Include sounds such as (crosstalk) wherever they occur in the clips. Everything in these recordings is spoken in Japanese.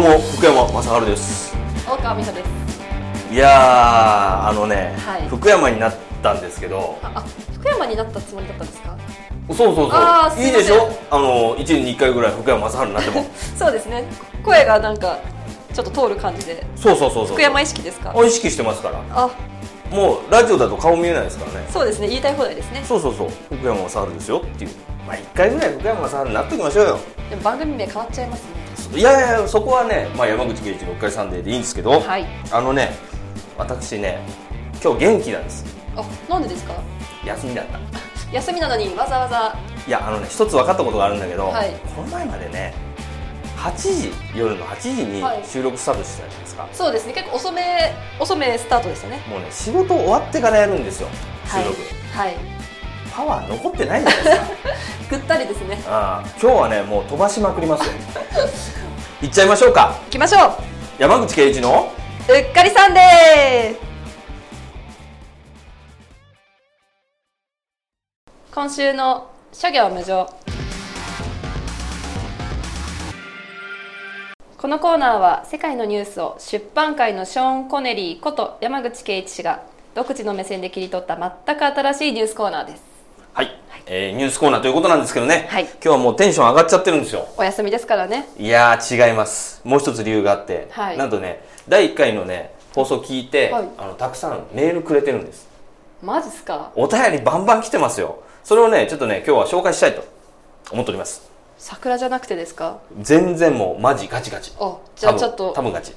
も福山雅治です大川美穂ですいやーあのね、はい福山になったんですけどああ福山になったつもりだったんですかそうそうあーそすういませんいいでしょあの1年に1回ぐらい福山雅治になっても (laughs) そうですね声がなんかちょっと通る感じでそうそうそうそう福山意識ですかを意識してますからあもうラジオだと顔見えないですからねそうですね言いたい放題ですねそうそうそう福山雅治ですよっていうまあ1回ぐらい福山雅治になっておきましょうよでも番組名変わっちゃいますねいやいやそこはね、まあ、山口圭一の「おっかりサンデー」でいいんですけど、はいあのね私ね今日元気なんですあなんでですか休みだったい休みなのにわざわざやあのね一つ分かったことがあるんだけど、はいこの前までね8時夜の8時にはい収録スタートしてたじゃないですか、そうですね結構遅め遅めスタートでしたねもうね仕事終わってからやるんですよ収はい録、はいパワー残ってないじゃないですかぐったりですね (laughs) ああ今日はねもう飛ばしまくりますよ (laughs) 行っちゃいましょうか行きましょう山口圭一のうっかりサンデー今週の諸行無常このコーナーは世界のニュースを出版界のショーン・コネリーこと山口圭一氏が独自の目線で切り取った全く新しいニュースコーナーですはい、えーニュースコーナーということなんですけどね、はい今日はもうテンション上がっちゃってるんですよお休みですからねいやー違いますもう一つ理由があって、はいなんとね第1回のね放送聞いて、はいあのたくさんメールくれてるんですマジっすかお便りバンバン来てますよそれをねちょっとね今日は紹介したいと思っております桜じゃなくてですか全然もうマジガチガチあじゃあ多分ちょっと多分ガチ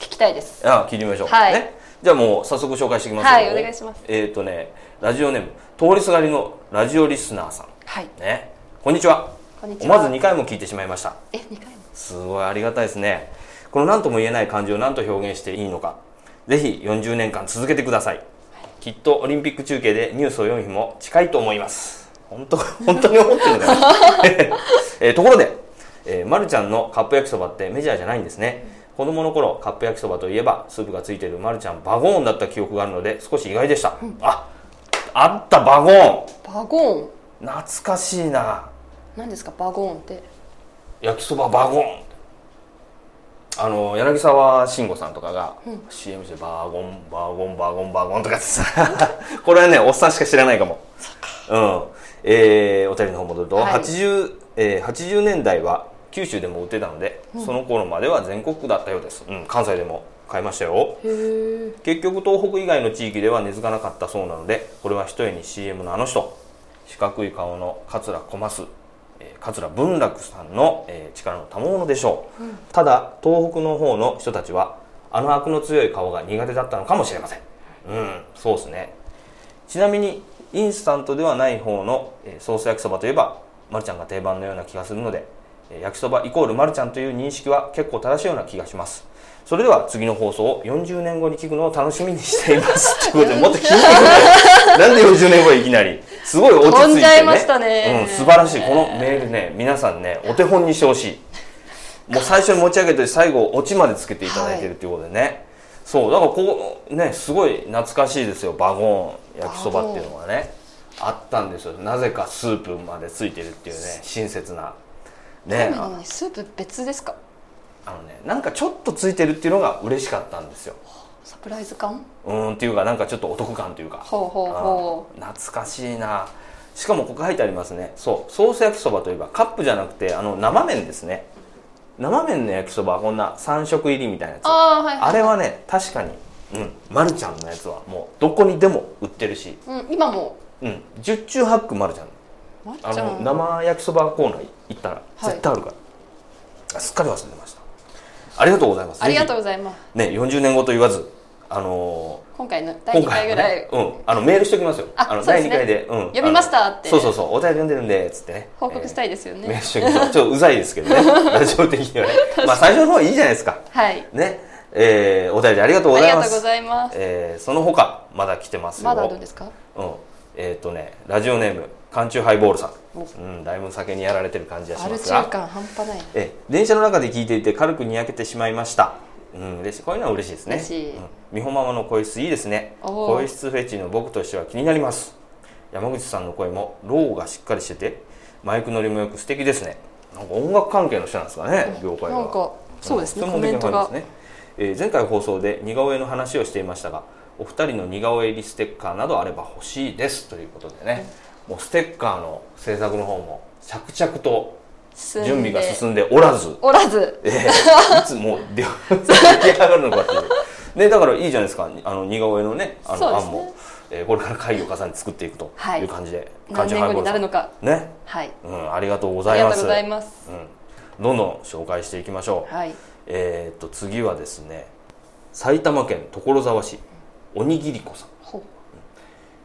聞きたいですあ聞いてみましょう、はいね、じゃあもう早速紹介していきますよはいお願いしますえっ、とねラジオネーム通りすがりのラジオリスナーさはいんねこんにちはこんにちはまず2回も聞いてしまいましたえ2回もすごいありがたいですねこの何とも言えない感情を何と表現していいのかぜひ40年間続けてくださいきっとオリンピック中継でニュースを読む日も近いと思います本当本当に思ってるのかな、えーところで、えーまるちゃんのカップ焼きそばってメジャーじゃないんですね子供の頃カップ焼きそばといえばスープがついてるまるちゃんバゴーンだった記憶があるので少し意外でした、ああったバゴーンバゴーン懐かしいな何ですかバゴーンって焼きそばバゴンあの柳沢慎吾さんとかが CM してバーゴンバーゴンバーゴンバーゴンとかってさ (laughs) これはねおっさんしか知らないかもうんえーお便りの方戻ると、はい80えー80年代は九州でも売ってたので、その頃までは全国区だったようです、うん、関西でも買いましたよへえ結局東北以外の地域では根付かなかったそうなのでこれはひとえに CM のあの人四角い顔の桂小ますえー桂文楽さんの、えー力の賜物でしょう、ただ東北の方の人たちはあの悪の強い顔が苦手だったのかもしれませんうんそうですねちなみにインスタントではない方の、えーソース焼きそばといえばまるちゃんが定番のような気がするので、えー焼きそばイコールまるちゃんという認識は結構正しいような気がしますそれでは次の放送を40年後に聞くのを楽しみにしています (laughs) ということでもっと聞いてくれなんで40年後いきなりすごい落ち着いて、ね、飛んじゃいましたねうん、素晴らしいこのメールね皆さんねお手本にしてほしいもう最初に持ち上げて最後落ちまでつけていただいてるということでね、そうだからここねすごい懐かしいですよバゴーン焼きそばっていうのがねあったんですよなぜかスープまでついてるっていうね親切なねなあのにスープ別ですかあのねなんかちょっとついてるっていうのが嬉しかったんですよサプライズ感うーんっていうかなんかちょっとお得感というかほうほうほあー懐かしいなしかもここ書いてありますねそうソース焼きそばといえばカップじゃなくてあの生麺ですね生麺の焼きそばはこんな3色入りみたいなやつああはいあれはね確かに、うん、まるちゃんのやつはもうどこにでも売ってるし、うん今もうん、十中八九まるちゃんまっあちゃのん生焼きそばコーナー行ったらはい絶対あるから、あすっかり忘れてましたありがとうございますありがとうぜございますひね40年後と言わずあの今回のー第2回ぐらい、今回はね、うん、あのメールしておきますよあのそう第です2ね回で、うん、読みましたってあのそうそうそうお便り読んでるんでつってね報告したい、いですよえーメーねル、しておきますちょっとうざいですけどね (laughs) ラジオ的にはねまあ最初の方はいいじゃないですかはいねえー、お便りありがとうごありざいがまとうごすざいますえーその他まだ来てますよまだあるんですかうんえっ、とねラジオネーム缶中ハイボールさおん、うん、だいぶ酒にやられてる感じがしあまるす中が、間半端ないなえー電車の中で聞いていて軽くにやけてしまいましたうん嬉しいこういうのは嬉しいですね嬉しいうん、美穂ママの声質いいですねおー声質フェチの僕としては気になります山口さんの声もローがしっかりしててマイク乗りもよく素敵ですねなんか音楽関係の人なんですかね業界はなんかそうですね質問できる範囲ですコね、えー前回放送で似顔絵の話をしていましたがお二人の似顔絵入りステッカーなどあれば欲しいですということでね、もうステッカーの制作の方も着々と進んで準備が進んでおらず (laughs) おらずえーいつも出来上がるのかっていうねだからいいじゃないですかあの似顔絵のねあそうのですね案も、えーこれから会議を重ねて作っていくとはいいう感じで、何年後になるのかね、はいうん、ありがとうごあざりいまがとうすございますうん、どんどん紹介していきましょう、はいえーっと次はですね埼玉県所沢市おにぎりこさんほう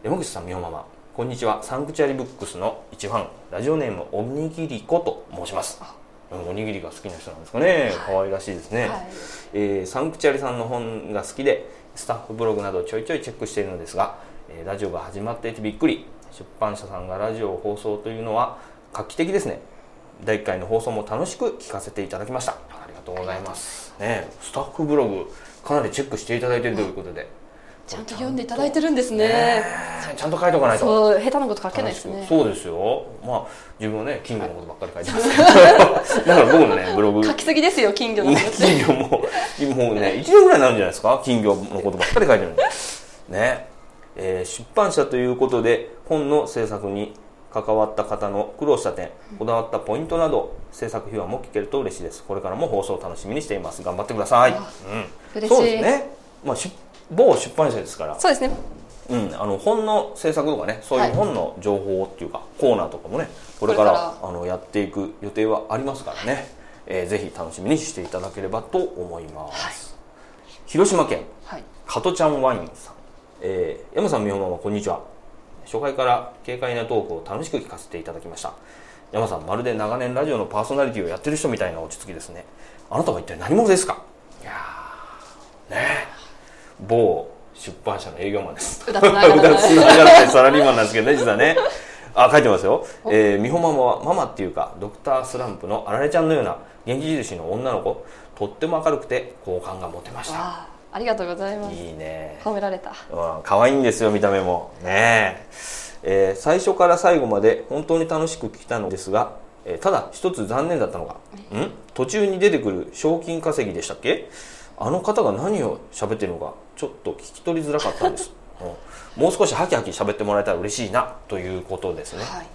山口さんみほママこんにちはサンクチュアリブックスの一ファンラジオネームおにぎりこと申しますあうんおにぎりが好きな人なんですかね可愛らしいですね、はいえーサンクチュアリさんの本が好きでスタッフブログなどをちょいちょいチェックしているのですが、えーラジオが始まっていてびっくり出版社さんがラジオを放送というのは画期的ですね第1回の放送も楽しく聞かせていただきましたありがとうございますねえスタッフブログかなりチェックしていただいているということで、ちゃんと読んでいただいてるんですねねえちゃんと書いておかないとそう下手なこと書けないですねそうですよまあ自分はね金魚のことばっかり書いて (laughs) ますけどだから僕のねブログ書きすぎですよ金魚のね話金魚ももうね1年ぐらいになるんじゃないですか金魚のことばっかり書いてるんでね、えー出版社ということで本の制作に関わった方の苦労した点こだわったポイントなど制作秘話も聞けると嬉しいですこれからも放送を楽しみにしています頑張ってください、うん、嬉しいそうですね、まあ、出某出版社ですから、そうですねうん、あの本の制作とかねそうはいいう本の情報っていうか、コーナーとかもねこれからこれかあのやっていく予定はありますからね、えーぜひ楽しみにしていただければと思います、広島県はい加トちゃんワインさん、えー、山さんみほままこんにちは初回から軽快なトークを楽しく聞かせていただきました山さんまるで長年ラジオのパーソナリティをやってる人みたいな落ち着きですねあなたは一体何者ですかいやーねえ某出版社の営業マンですうだつながらうだなついながってサラリーマンなんですけどね実はねあ書いてますよ、えー、美穂ママはママっていうかドクタースランプのあられちゃんのような元気印の女の子とっても明るくて好感が持てましたわあありがとうございますいいね褒められたうん可愛いんですよ見た目もねええー最初から最後まで本当に楽しく聞きたのですが、えーただ一つ残念だったのがん途中に出てくる賞金稼ぎでしたっけあの方が何を喋ってるのかちょっと聞き取りづらかったんです、うんもう少しハキハキ喋ってもらえたら嬉しいなということですね、はい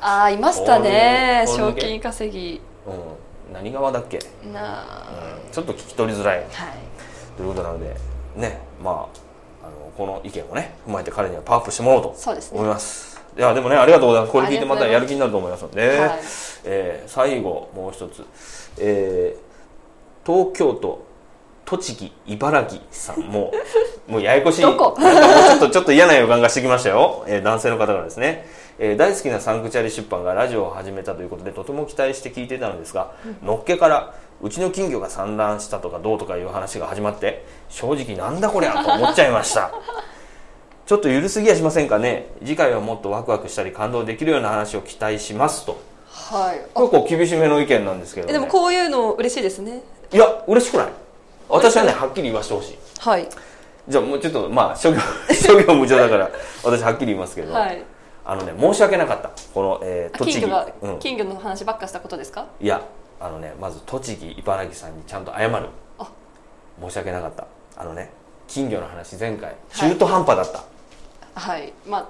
あーいましたねそういう賞そういう金稼ぎうん、何側だっけ、うんなあちょっと聞き取りづらいはいということなのでねまああのこの意見をね踏まえて彼にはパワーアップしてもらおうとそうですね思いますいやでもねありがとうございますこれ聞いてまたありやがるとうございます気になると思いますので、はいえー最後もう一つ、えー東京都栃木茨城さんも (laughs) うもうややこしいどこなんかもうちょっとちょっと嫌な予感がしてきましたよ、えー男性の方からですね、えー大好きなサンクチャリ出版がラジオを始めたということでとても期待して聞いていたのですが、のっけからうちの金魚が産卵したとかどうとかいう話が始まって正直なんだこりゃと思っちゃいましたちょっと緩すぎやしませんかね次回はもっとワクワクしたり感動できるような話を期待しますとはいあ結構厳しめの意見なんですけど、えね、でもこういうの嬉しいですねいや嬉しくない私はねはっきり言わせてほしいはいじゃあもうちょっと (laughs) まあ諸行諸行無常だから私はっきり言いますけど、はいあのね申し訳なかったこの、えーあ栃金木魚がうん、金魚の話ばっかしたことですかいやあのねまず栃木茨城さんにちゃんと謝るあ申し訳なかったあのね金魚の話前回中途半端だった、はいま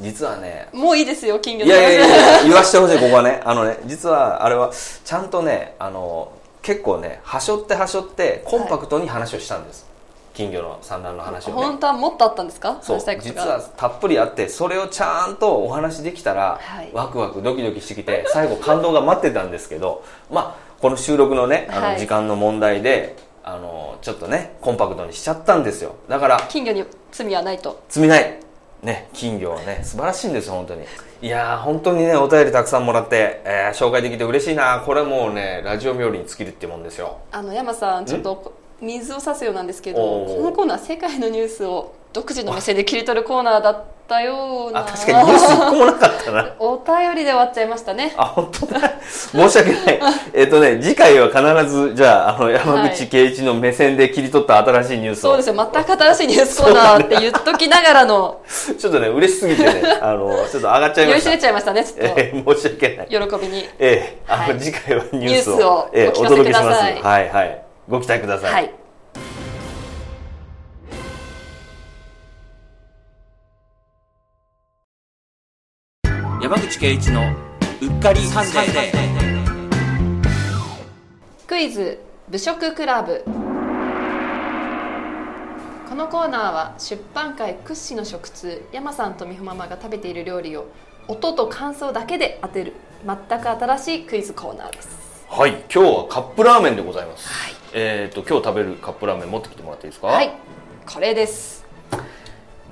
実はねあもういいですよ金魚いのやいやい話 (laughs) や言わしてほしいここはねあのね実はあれはちゃんとねあの結構ねはしょってはしょってコンパクトに話をしたんです、金魚の産卵の話をね本当はもっとあったんですかそう話したいこと実がはたっぷりあってそれをちゃんとお話できたら、はいワクワクドキドキしてきて最後感動が待ってたんですけどまあこの収録のねあはのい時間の問題で、あのちょっとねコンパクトにしちゃったんですよだから金魚に罪はないと積みないね金魚はね素晴らしいんですよ本当にいやー本当にねお便りたくさんもらって、えー紹介できて嬉しいなこれはもうねラジオ冥利に尽きるってもんですよあの山さんちょっと水を差すようなんですけおどーこのコーナー「世界のニュースを独自の目線で切り取るコーナーだったようなあ確かにニュース一個もなかったなお便りで終わっちゃいましたねあ本当だ申し訳 (laughs) ないえっとね次回は必ずじゃああの山口圭一の目線で切り取った新しいニュースを、そうですよ全く新しいニュースコーナーって言っときなが (laughs) らのちょっとね嬉しすぎて (laughs) ねあのちょっと上がっちゃい酔まいししれたちゃいましたねちょっえー申し訳ないと喜びにええあの、はい次回はニュースをニュースをええお聞おかせ届けしまくだすさいはいはいご期待ください、はい山口圭一のうっかりハンクイズ部食クラブこのコーナーは出版界屈指の食通山さんと美穂ママが食べている料理を音と感想だけで当てる全く新しいクイズコーナーですはい今日はカップラーメンでございます、えっ、と今日食べるカップラーメン持ってきてもらっていいですかはいこれです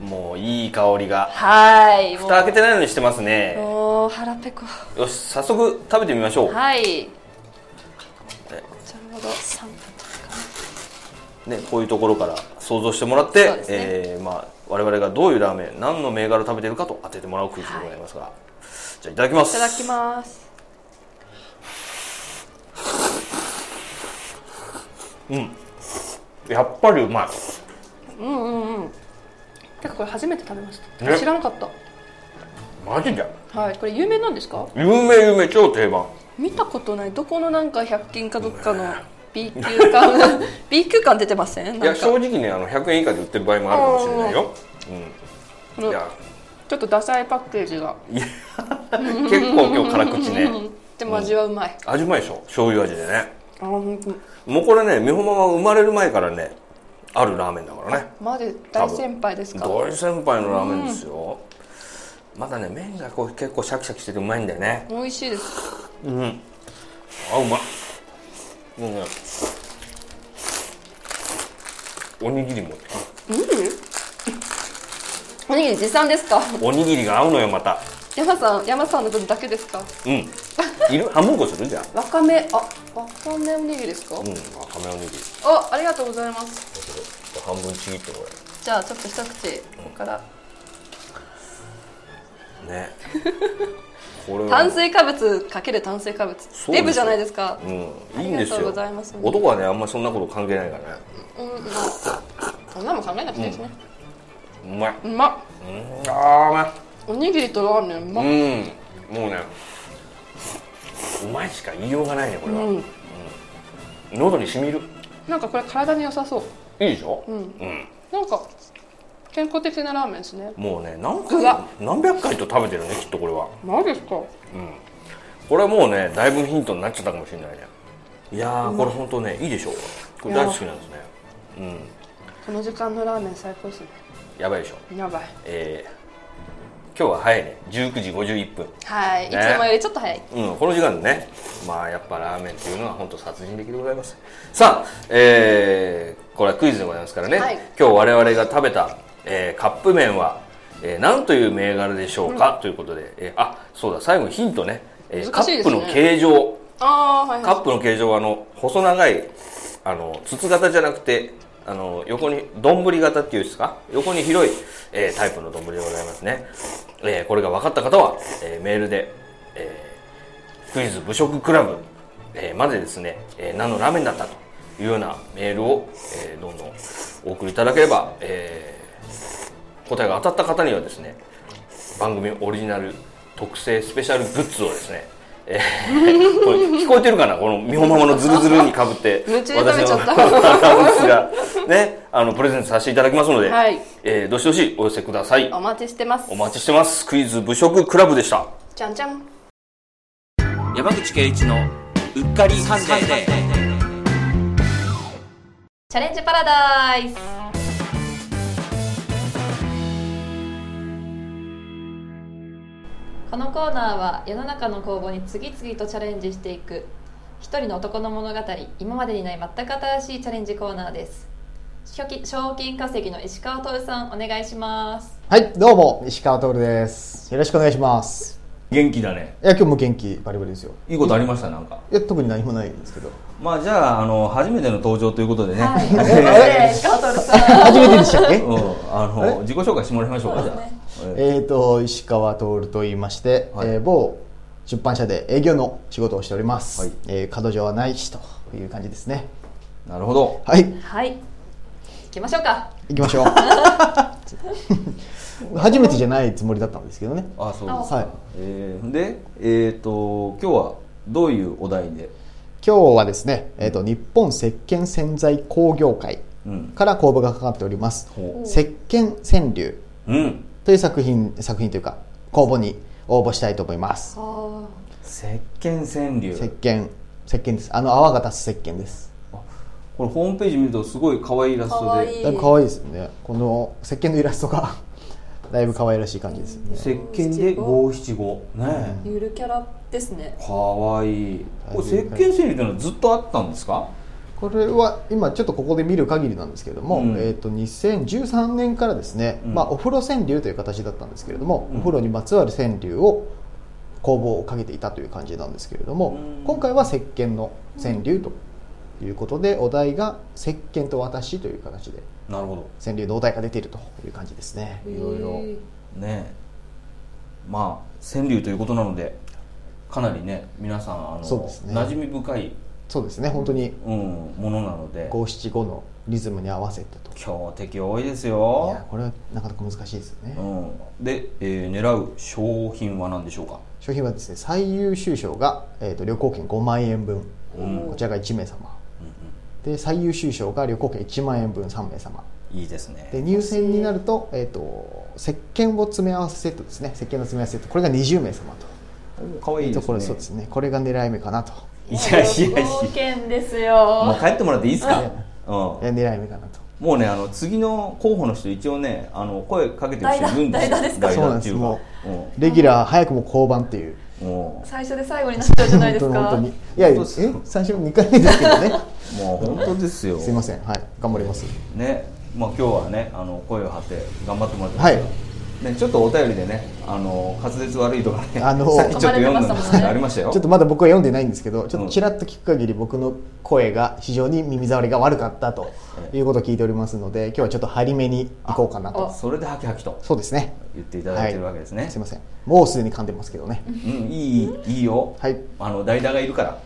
もういい香りがはい蓋開けてないのにしてますねもう腹ペコよし早速食べてみましょう、はいえちょうど3分とかね、こういうところから想像してもらって、そうですねえーまあ、我々がどういうラーメン何の銘柄を食べてるかと当ててもらうクイズでございますが、じゃあいただきまいすただきますやっぱりうまいうんうんうんてかこれ初めて食べました、ね知らなかったマジではいこれ有名なんですか有名有名超定番見たことないどこのなんか100均かどっかの B 級感 (laughs) B 級感出てませんいなやんか正直ねあの100円以下で売ってる場合もあるかもしれないよ、こうん、のいやちょっとダサいパッケージがいや結構今日辛口うんねでも味はうまい、味うまいでしょ醤油味でねあ本当もうこれね美穂ママが生まれる前からねあるラーメンだからねマジ大先輩ですか大先輩のラーメンですよ、まだね麺がこう結構シャキシャキしててうまいんだよね美味しいですうんあうまいもうねおにぎりもおにぎり持参ですか (laughs) おにぎりが合うのよまた山さん山さんの分だけですか (laughs) うんいる半分こするじゃんわかめあわかめおにぎりですか、うんあ亀おにぎりあありがとうございます半分ちぎってこじゃあちょっと一口ここかられ (laughs) ねこれは炭水化物かける炭水化物すよデブじゃないですかうんいいんですありがとうよございます男はねあんまりそんなこと関係ないからねうんまあそんなもん考えなくていいですね、うまいうまっうんあーうまいおにぎりとラーメンうまっうんもうねうまいしか言いようがないねこれは、うん喉にしみるなんかこれ体に良さそういいでしょ、うんうんなんか健康的なラーメンですねもうね何う回わ何百回と食べてるねきっとこれはマジですかこれはもうねだいぶヒントになっちゃったかもしれないねいやーこれ本当ねいいでしょこれ大好きなんですねうんこの時間のラーメン最高ですねやばいでしょやばいえー、今日は早いね19時51分はい、ねいつもよりちょっと早いうん、この時間でね、まあやっぱラーメンっていうのは本当殺人的でございます。さあ、えーこれはクイズでございますからね、はい今日我々が食べた、えーカップ麺は、えー何という銘柄でしょうか、ということで、えーあ、そうだ、最後にヒントね、えーカ難しいッでプすねの形状、ああはいカはップの形状はあの、細長い、あの、筒型じゃなくて、あの、横に、丼型っていうんですか横に広い、えータイプの丼でございますね。えーこれが分かった方は、えーメールで、えークイズ部食クラブ、えーまでですね、えー何のラーメンだったというようなメールを、えーどんどんお送りいただければ、えー答えが当たった方にはですね番組オリジナル特製スペシャルグッズをですねえー (laughs) これ聞こえてるかなこの美穂ママのズルズルにかぶっ (laughs) て夢中で食べちゃった私のアナウンスがねあのプレゼントさせていただきますので、はいえーどしどしお寄せくださいいお待ちしてますお待ちしてますクイズ部食クラブでしたじゃんじゃん山口圭一のうっかりサンデーチャレンジパラダイスこのコーナーは世の中の公募に次々とチャレンジしていく一人の男の物語今までにない全く新しいチャレンジコーナーです賞金賞金稼ぎの石川徹さんお願いしますはい、どうも石川徹です。よろしくお願いします。元気だねいや今日も元気バリバリですよいいことありましたなんかいや特に何もないです (laughs) けどまあじゃああの初めての登場ということでね、はい。どうですか、トルさん。初めてでしたっけ (laughs) うん、あの自己紹介してもらいましょうかじゃあ、ええーと石川徹と言いまして、はいえー某出版社で営業の仕事をしております、はいえー角女はないしという感じですねーなるほどはい (laughs) はい。行きましょうか。行きましょ (laughs) う初めてじゃないつもりだったんですけどねあそうですか、はいえーでえっ、と今日はどういうお題で今日はですね、えー、と日本石鹸洗剤工業会うんから公募がかかっておりますほ石鹸川柳うんという作品作品というか公募に応募したいと思いますは石鹸川柳石鹸石鹸ですあの泡が立つ石鹸ですこれホームページ見るとすごい可愛いイラスト可で愛いだいぶ可愛いですよねこの石鹸のイラストが (laughs) だいぶ可愛らしい感じですよね石鹸で五七五ねゆるキャラですね。可愛いこれ石鹸川柳っていうのはずっとあったんですかこれは今ちょっとここで見る限りなんですけれども、うんえー、と2013年からですね、うんまあ、お風呂川柳という形だったんですけれども、うんお風呂にまつわる川柳を工房をかけていたという感じなんですけれども、うん今回は石鹸の川柳ということで、お題が「石鹸と私」という形でなるほ川柳のお題が出ているという感じですね。どいろいろねまあ川柳ということなのでかなりね皆さんあの、そうですね馴染み深い、そうですね本当にうん、ものなので五七五のリズムに合わせてと強敵多いですいよや、これはなかなか難しいですよね、うん、で、えー狙う商品は何でしょうか商品はですね最優秀賞が、えー、と旅行券5万円分、うんこちらが1名様で最優秀賞が旅行券1万円分3名様いいですねで入選になると,、えー、と石鹸を詰め合わせセットですね石鹸の詰め合わせセットこれが20名様とかわいいいうでとすころねそうですねこれが狙い目かなと (laughs) いやいやいや冒険ですもうよ。帰ってもらっていいですか、いうんや狙い目かなともうねあの次の候補の人一応ねあの声かけてる人いるんです代打代打ですか代打っていうかそうなんうんレギュラー早くも降板っていうもう最初で最後になっちゃうじゃないですか。本当に本当にいやいや本当ですえ最初2回目ですけどねもう本当ですよすいませんはい頑張りますねまあ、今日はねあの声を張って頑張ってもらってはいね、ちょっとお便りでねあの滑舌悪いとか (laughs) ね、あのさっきちょっと読んだんですけどありましたよちょっとまだ僕は読んでないんですけどちょっうんとちらっと聞く限り僕の声が非常に耳障りが悪かったということを聞いておりますので今日はちょっと張り目にいこうかなとあそれでハキハキとそうですね言っていただいてるわけですね、すいませんもうすでに噛んでますけどねうん、いいいいよ、はいあの代打がいる (laughs) から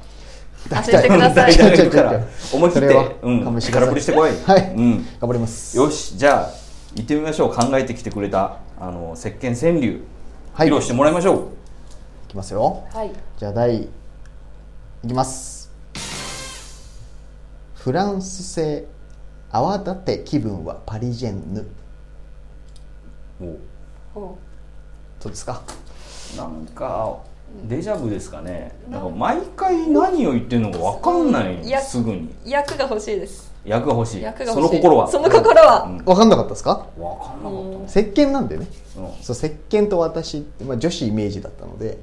焦ってくださ代い。打がいるから思い切そっれはて、うん、勘弁してください空振りしてこい、はいうん、頑張りますよしじゃあ行ってみましょう考えてきてくれたあの石鹸川柳、はい披露してもらいましょういきますよはい。じゃあ第いきますフランス製泡立て気分はパリジェンヌおおどうですかなんかデジャブですかねなんか毎回何を言ってるのか分かんないいやすぐに役が欲しいです。役が欲しい役が欲しい。その心はその心うんは。分かんなかったですか分かんなか石鹸なんでねったな、うんそう石鹸と私って、まあ、女子イメージだったので、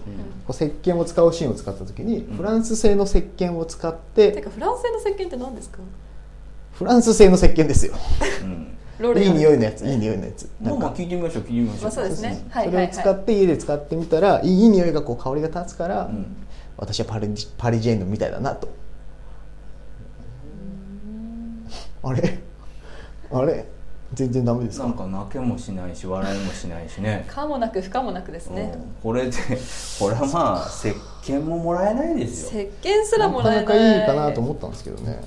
こう石鹸を使うシーンを使った時に、フランス製の石鹸を使っててかフランス製の石鹸って何ですか？フランス製の石鹸ですようんローレいいル。匂いのやついい匂いのやつまなあんまかあ聞いてみましょう聞いてみましょう、まあそうですね。はいそはれいを使はって家で使ってみたらいい匂いがこう香りが立つから、うん私はパリジパリジェンヌみたいだなとあれあれ全然ダメですなかんか泣けもしないし笑いもしないしねい。、かもなく不可もなくですねう。んこれでこれはまあ石鹸ももらえないです石よ鹸すらなもからなえかないいかなと思ったんですけどね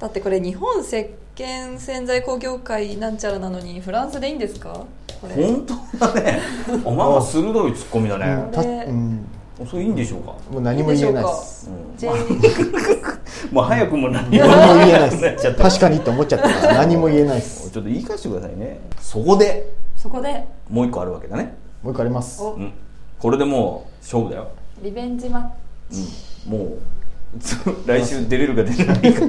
だってこれ日本石鹸洗剤工業会なんちゃらなのにフランスでいいんですかこれ本当だねおまま鋭いツッコミだね、たねうん、それいいんでしょうか、もう何も言えないですうんジェリー (laughs) もう早くも何も言 (laughs) 何も言ええなないくなっでちゃっすた確かにって思っちゃったから何も言えないですちょっと言い返してくださいねそこでそこでもう一個あるわけだね、もう一個ありますおうん、これでもう勝負だよ、リベンジマうん、 (laughs) もうつ来週出れるか出ない (laughs) か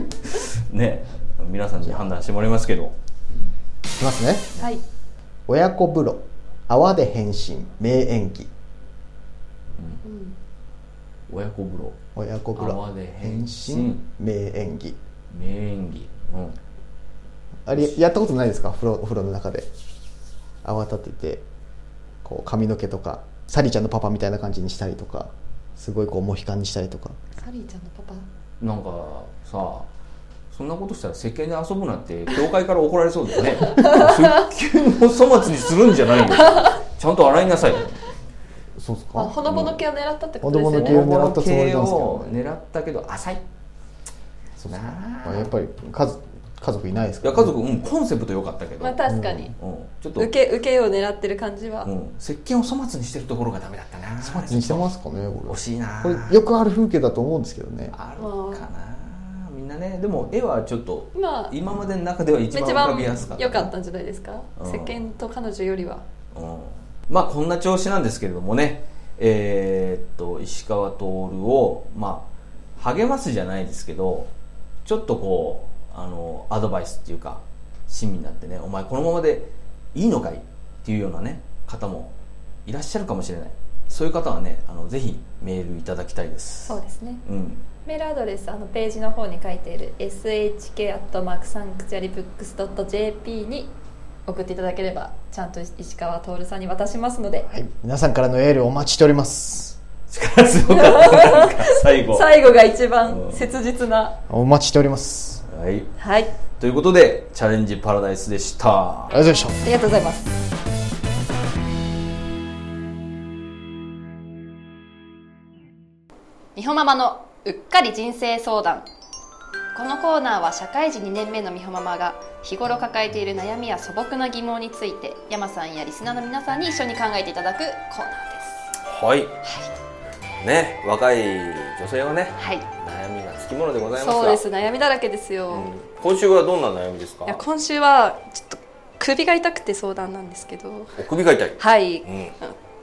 ね皆さんに判断してもらいますけどいきますねはい親子風呂泡で変身名演技親子風呂親子風泡呂で変変身身名演技名演技、うん、あれやったことないですかお風呂お風呂の中で泡立ててこう髪の毛とかサリーちゃんのパパみたいな感じにしたりとかすごいこうモヒカンにしたりとかサリーちゃんのパパなんかさそんなことしたら石鹸で遊ぶなんて教会から怒られそうだよね石鹸を粗末にするんじゃないよちゃんと洗いなさいそうですあほのぼの系を狙ったってことですよほのぼねの系を狙ったつもりなんですけをどね狙ったけど浅いそうですねなあまあやっぱり家族家族いないですいかやら、家族、うん、コンセプト良かったけど、まあ確かに、うん、ちょっと、う受ん、け受けを狙ってる感じは、石鹸を粗末にしてるところがダメだったな粗にしてますかねこ惜しいなれこれよくある風景だと思うんですけどねあるかなみんなねでも絵はちょっとまあ今までの中では一一番浮か番びやすかった良かったんじゃないですか、うん石鹸と彼女よりはうんまあこんな調子なんですけれどもねえーっと石川徹をまあ励ますじゃないですけどちょっとこうあのアドバイスっていうか親身になってねお前このままでいいのかいっていうようなね方もいらっしゃるかもしれないそういう方はねあのぜひメールいただきたいですそうですねうんメールアドレスあのページの方に書いている shk.sanctuarybooks.jp に送っていただければちゃんと石川徹さんに渡します (laughs) ので、はい皆さんからのエールをお待ちしております力強かったなんか最後 (laughs) 最後が一う番ん切実な、お待ちしておりますはいはいということでチャレンジパラダイスでしたありがとうございましたありがとうございますみほママのうっかり人生相談このコーナーは社会人2年目のみほママが日頃抱えている悩みや素朴な疑問について山さんやリスナーの皆さんに一緒に考えていただくコーナーですはい、ね若い女性はねはい悩みがつきものでございますがそうです悩みだらけですよ、うんい今週はどんな悩みですかや今週はちょっと首が痛くて相談なんですけどお首が痛い、はいうん、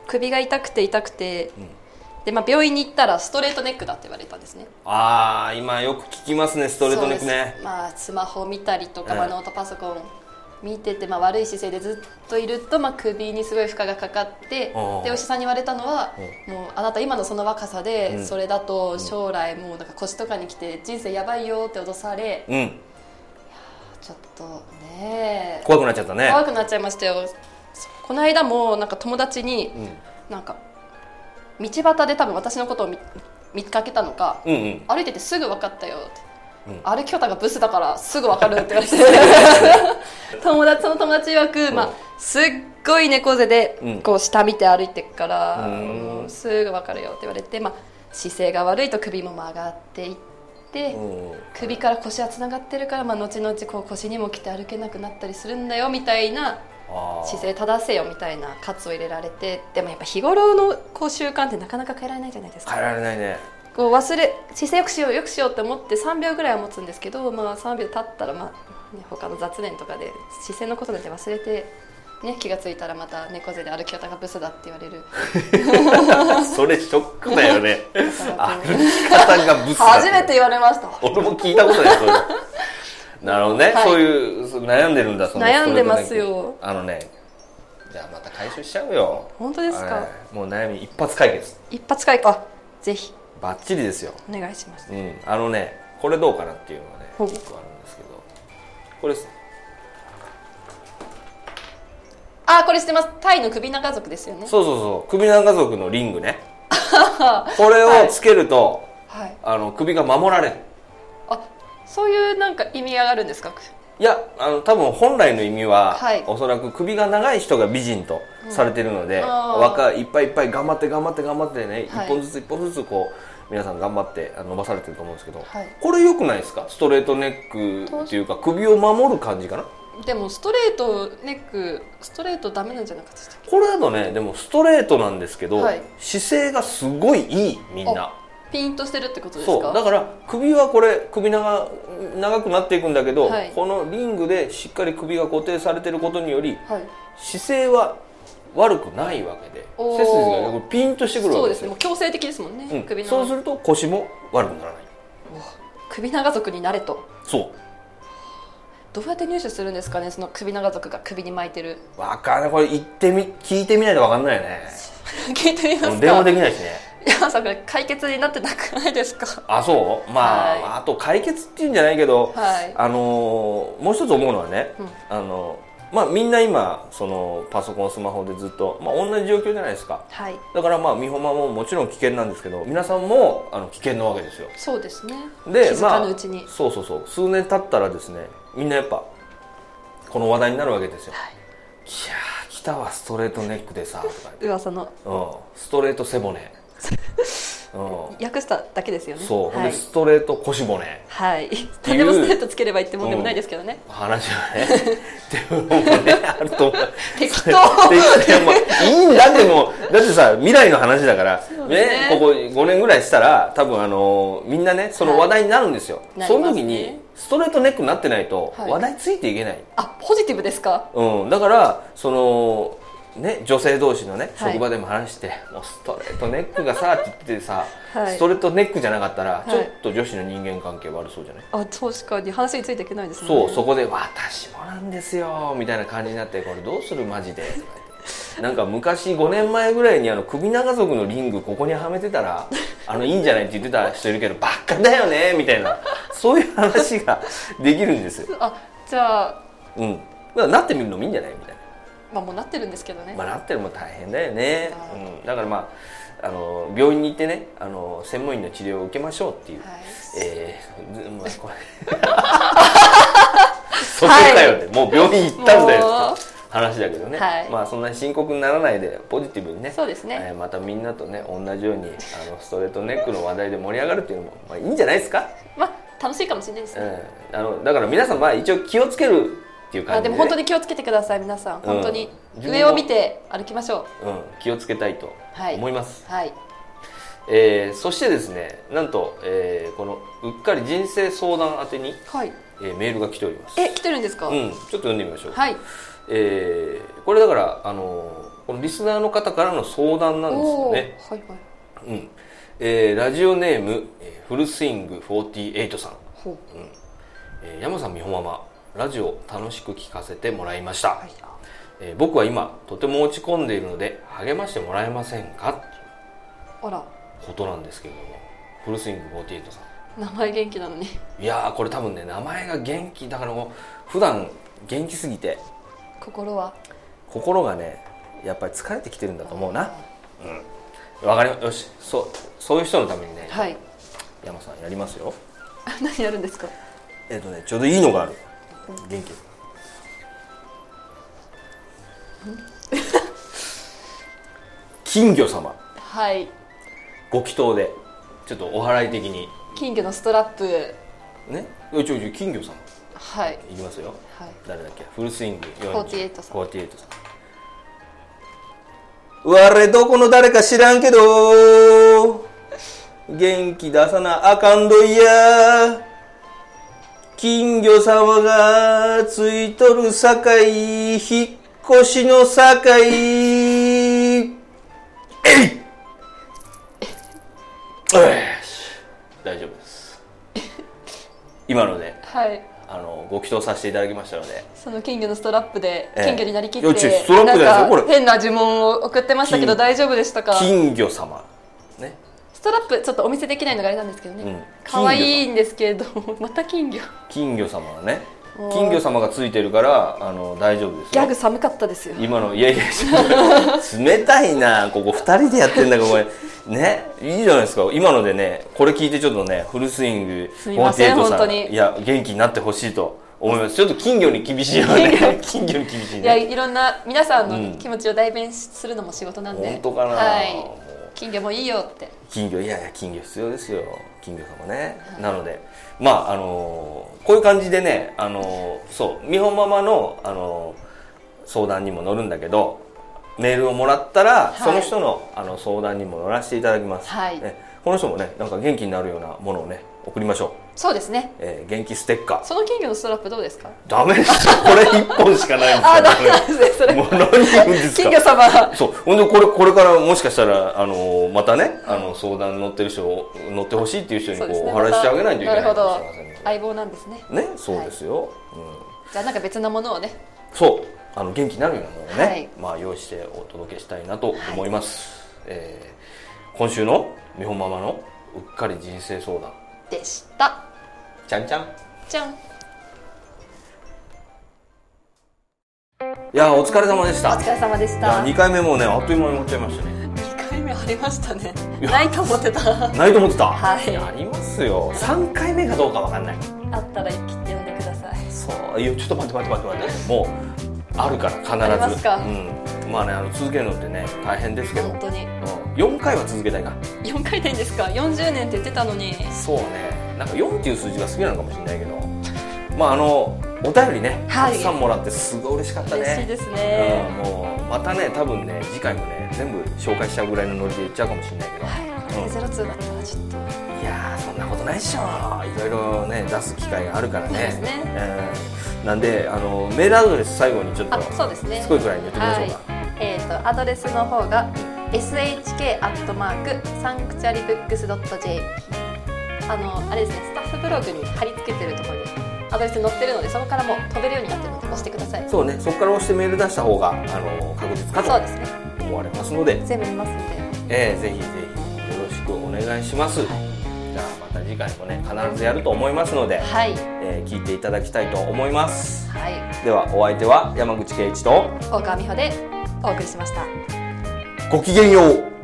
首が痛くて痛くて、んでまあ、病院に行ったらストレートネックだって言われたんですねああ今よく聞きますねスストレートネックねまあ、スマホ見たりとか、うんまあ、ノートパソコン見てて、まあ、悪い姿勢でずっといると、まあ、首にすごい負荷がかかってでああお医者さんに言われたのは、もうあなた今のその若さで、うんそれだと将来もうなんか腰とかに来て人生やばいよって脅され、うんちょっとね怖くなっちゃったね怖くなっちゃいましたよそこの間もなんか友達に、なんか道端で多分私のことを見見かけたのか、うんうん歩いててすぐ分かったよっうて、ん歩き方がブスだからすぐ分かるって言 (laughs) われて友達その友達曰く、まあ、すっごい猫背で、うんこう下見て歩いてくから、うんうんすぐ分かるよって言われて、まあ、姿勢が悪いと首も曲がっていって、うんうん首から腰はつながってるから、まあ、後々こう腰にもきて歩けなくなったりするんだよみたいなあー姿勢正せよみたいな喝を入れられてでもやっぱ日頃のこう習慣ってなかなか変えられないじゃないですか。変えられないねこう忘れ姿勢よくしようよくしようって思って3秒ぐらいは持つんですけど、まあ、3秒経ったら、まあね、他の雑念とかで姿勢のことなんて忘れて、ね、気がついたらまた猫背で歩き方がブスだって言われるそれショックだよね (laughs) あ歩き方がブスだ初めて言われました俺も聞いたことないそれなるほどね、はいそういうそう悩んでるんだその悩んでますよストレートネックあのねじゃあまた解消しちゃうよ本当ですかはいもう悩み一発解決一発解かぜひバッチリですよお願いしますうんあのねこれどうかなっていうのがねほう一個あるんですけどこれですねあこれしてますタイの首長族ですよねそうそうそう首長族のリングねこれをつけると、はいあの首が守られるあそういうなんか意味があるんですかいやあの多分本来の意味は、はいおそらく首が長い人が美人とされてるので、あー若いいっぱいいっぱい頑張って頑張って頑張ってね、はい一本ずつ一本ずつこう皆さん頑張ってあの伸ばされてると思うんですけど、はいこれ良くないですかストレートネックっていうか首を守る感じかなでもストレートネックストレートダメなんじゃなかったでしたっこれだとねでもストレートなんですけど、はい姿勢がすごいいいみんなけピンとしてるってことですかそうだから首はこれ首長長くなっていくんだけど、はいこのリングでしっかり首が固定されてることによりはい姿勢は悪くないわけでおー背筋が横にピンとしてくるわそうけでですすねもよう強制的ですもんね、う首ん、のそうすると腰も悪くならない首長族になれとそどうやって入手するんですかねその首長族が首に巻いてる (laughs) うわかんないこれ言ってみ聞いてみないとわかんないよね聞いてみまうんす電話かできないしね山さんこれ解決になってなくないです (laughs) かあそうまあ、はいあと解決っていうんじゃないけど、はいあのーもう一つ思うのはね、うんあのーまあみんな今そのパソコンスマホでずっと、まあ、同じ状況じゃないですかはいだからまあ美マももちろん危険なんですけど皆さんもあの危険なわけですよそうですねで気づかぬうちに、まあ、そうそうそう数年経ったらですねみんなやっぱこの話題になるわけですよ「はいいやー来たわストレートネックでさ」とか言って噂の「うん、ストレート背 (laughs) 骨」うん訳しただけですよねそう、ほんはでい、ストレート腰骨はい、 (laughs) 何でもステートつければいいってもんでもないですけどね、話は (laughs) ねでもねあると思う適 (laughs) 当でいやもういいんだってもうだってさ未来の話だからうねねここ5年ぐらいしたら多分あのみんなねその話題になるんですよ、はいその時なりますにねストレートネックになってないとはい話題ついていけない、あポジティブですかうん、だからそのね女性同士のねはい職場でも話して、もうストレートネックが (laughs) さって言っててさ、はいストレートネックじゃなかったらいちょっと女子の人間関係悪そうじゃない、あ確かに話についていけないですねそうそこで「私もなんですよ」みたいな感じになって「これどうするマジで」とか言ってなんか昔5年前ぐらいにあの首長族のリングここにはめてた (laughs) らあのいいんじゃないって言ってた人いるけど「ばっかだよね」みたいなそういう話ができるんですよ。あじゃあうん、だからなってみるのもいいんじゃないみたいな。まあもうなってるんですけどね、まあ、なってるのも大変だよねは、いうん、だからまああの病院に行ってねあの専門医の治療を受けましょうっていう、はいえーずまあこれ (laughs) そこかよって、もう病院行ったんだもようって話だけどね、はいまあそんなに深刻にならないでポジティブにねそうですねえーまたみんなとね同じようにあのストレートネックの話題で盛り上がるっていうのも、まあ、いいんじゃないですか、まあ楽しいかもしれないですうね、ん、あのだから皆さんまあ一応気をつけるっていう感じで、ね、あでも本当に気をつけてください皆さん本当うに、ん上を見て歩きましょうん、気をつけたいと思います、うはいえーそしてですねなんと、えーこのうっかり人生相談宛てに、はいえーメールが来ておりますえ来てるんですか、うん、ちょっと読んでみましょう、はいえーこれだから、あのーこのリスナーの方からの相談なんですよおーね、はいはいうんえーラジオネーム、えーフルスイング48さん、ほうえー山さん美穂ママラジオ楽しく聞かせてもらいました、はいあえー僕は今とても落ち込んでいるので励ましてもらえませんかっていうあらことなんですけれどもフルスイング48さん名前元気なのに (laughs) いやーこれ多分ね名前が元気だからもう普段元気すぎて心は心がねやっぱり疲れてきてるんだと思うなわかりまよしそうそういう人のためにね、はい (laughs) 山さんやりますよ何やるんですかえっ、とねちょうどいいのがある元気金魚様はいご祈祷でちょっとお祓い的に金魚のストラップねちょいちょい金魚様はいいきますよはい誰だっけフルスイング48さん48さん我どこの誰か知らんけど元気出さなあかんどいや金魚様がついとるさかい引っ越しのさかいえいおいし大丈夫です今のではいあのご祈祷させていただきましたのでその金魚のストラップでええ金魚になりきって、いや違うストラップじゃないですよなんかこれ変な呪文を送ってましたけど金大丈夫でしたか金魚様ねストラップちょっとお見せできないのがあれなんですけどうんね可愛、いんですけれどもまた金魚金魚様がねおー金魚様がついてるからあの大丈夫ですギよャグ寒かったですよ今のいやいやちょっと冷たいなここ2人でやってんだからこれねいいじゃないですか今のでねこれ聞いてちょっとねフルスイングすみません48さ本当にいや元気になってほしいと思いますちょっと金魚に厳しいよね金魚に厳しいいやねいろんな皆さんうんの気持ちを代弁するのも仕事なんで、本当かな、はいもう金魚もいいよって金魚いやいや金魚必要ですよ金魚様ね、なのでまああのーこういう感じでねあのーそう美穂ママの、あのー相談にも乗るんだけどメールをもらったら、いその人のあの相談にも乗らせていただきます、はいねこの人もねなんか元気になるようなものをね送りましょう、そうですねえー元気ステッカーその金魚のストラップどうですかダメですよこれ1本しかないんですあかあらダメなんですねそれもう何言うんですか金魚様そう、ほんでこれこれからもしかしたらあのまたねあの相談に乗ってる人を乗ってほしいっていう人にそこううですねお話ししてあげないといけないなるほかもどしれませんね。相棒なんですねね、そうですよ。うん、じゃあなんか別なものをねそう、あの元気になるようなものをね、はいまあ用意してお届けしたいなと思います。えー今週の美穂ママのうっかり人生相談、でしたちゃんちゃん。じゃんいやお疲れ様でしおたい疲れ様でしたや2回目もうねあっという間に終わっちゃいましたね2回目ありましたねいやないと思ってたないと思ってたはいやありますよ3回目かどうかわかんないあったら切って呼んでくださいそういやちょっと待って待って待って待ってもうあるから必ずありますかうん、まあねあの続けるのってね大変ですけど、うん本、当に4回は続けたいな4回転ですか40年って言ってたのにそうねなんか4っていう数字が好きなのかもしれないけどまああのお便りね、はいたくさんもらってすごい嬉しかったね嬉しいですね、うん、もうまたね多分ね次回もね全部紹介しちゃうぐらいのノリで言っちゃうかもしれないけど、はいこれゼロツーだったらちょっといやーそんなことないっしょいろいろね出す機会があるからねそうですねうんなんであのメールアドレス最後にちょっとあそうですねすごいくらいに言ってみましょうか、はい、えっ、とアドレスの方が shk アットマークサンクチュアリブックスドット j あのあれですねスタッフブログに貼り付けてるところにアドレス載ってるのでそこからもう飛べるようになってるので押してください。そうねそこから押してメール出した方があの確実かそうですね。と思われますので全部見ますので。えーぜひぜひよろしくお願いします、じゃあまた次回もね必ずやると思いますので、はいえー聞いていただきたいと思いますはいではお相手は山口圭一と大川美穂でお送りしました。ごきげんよう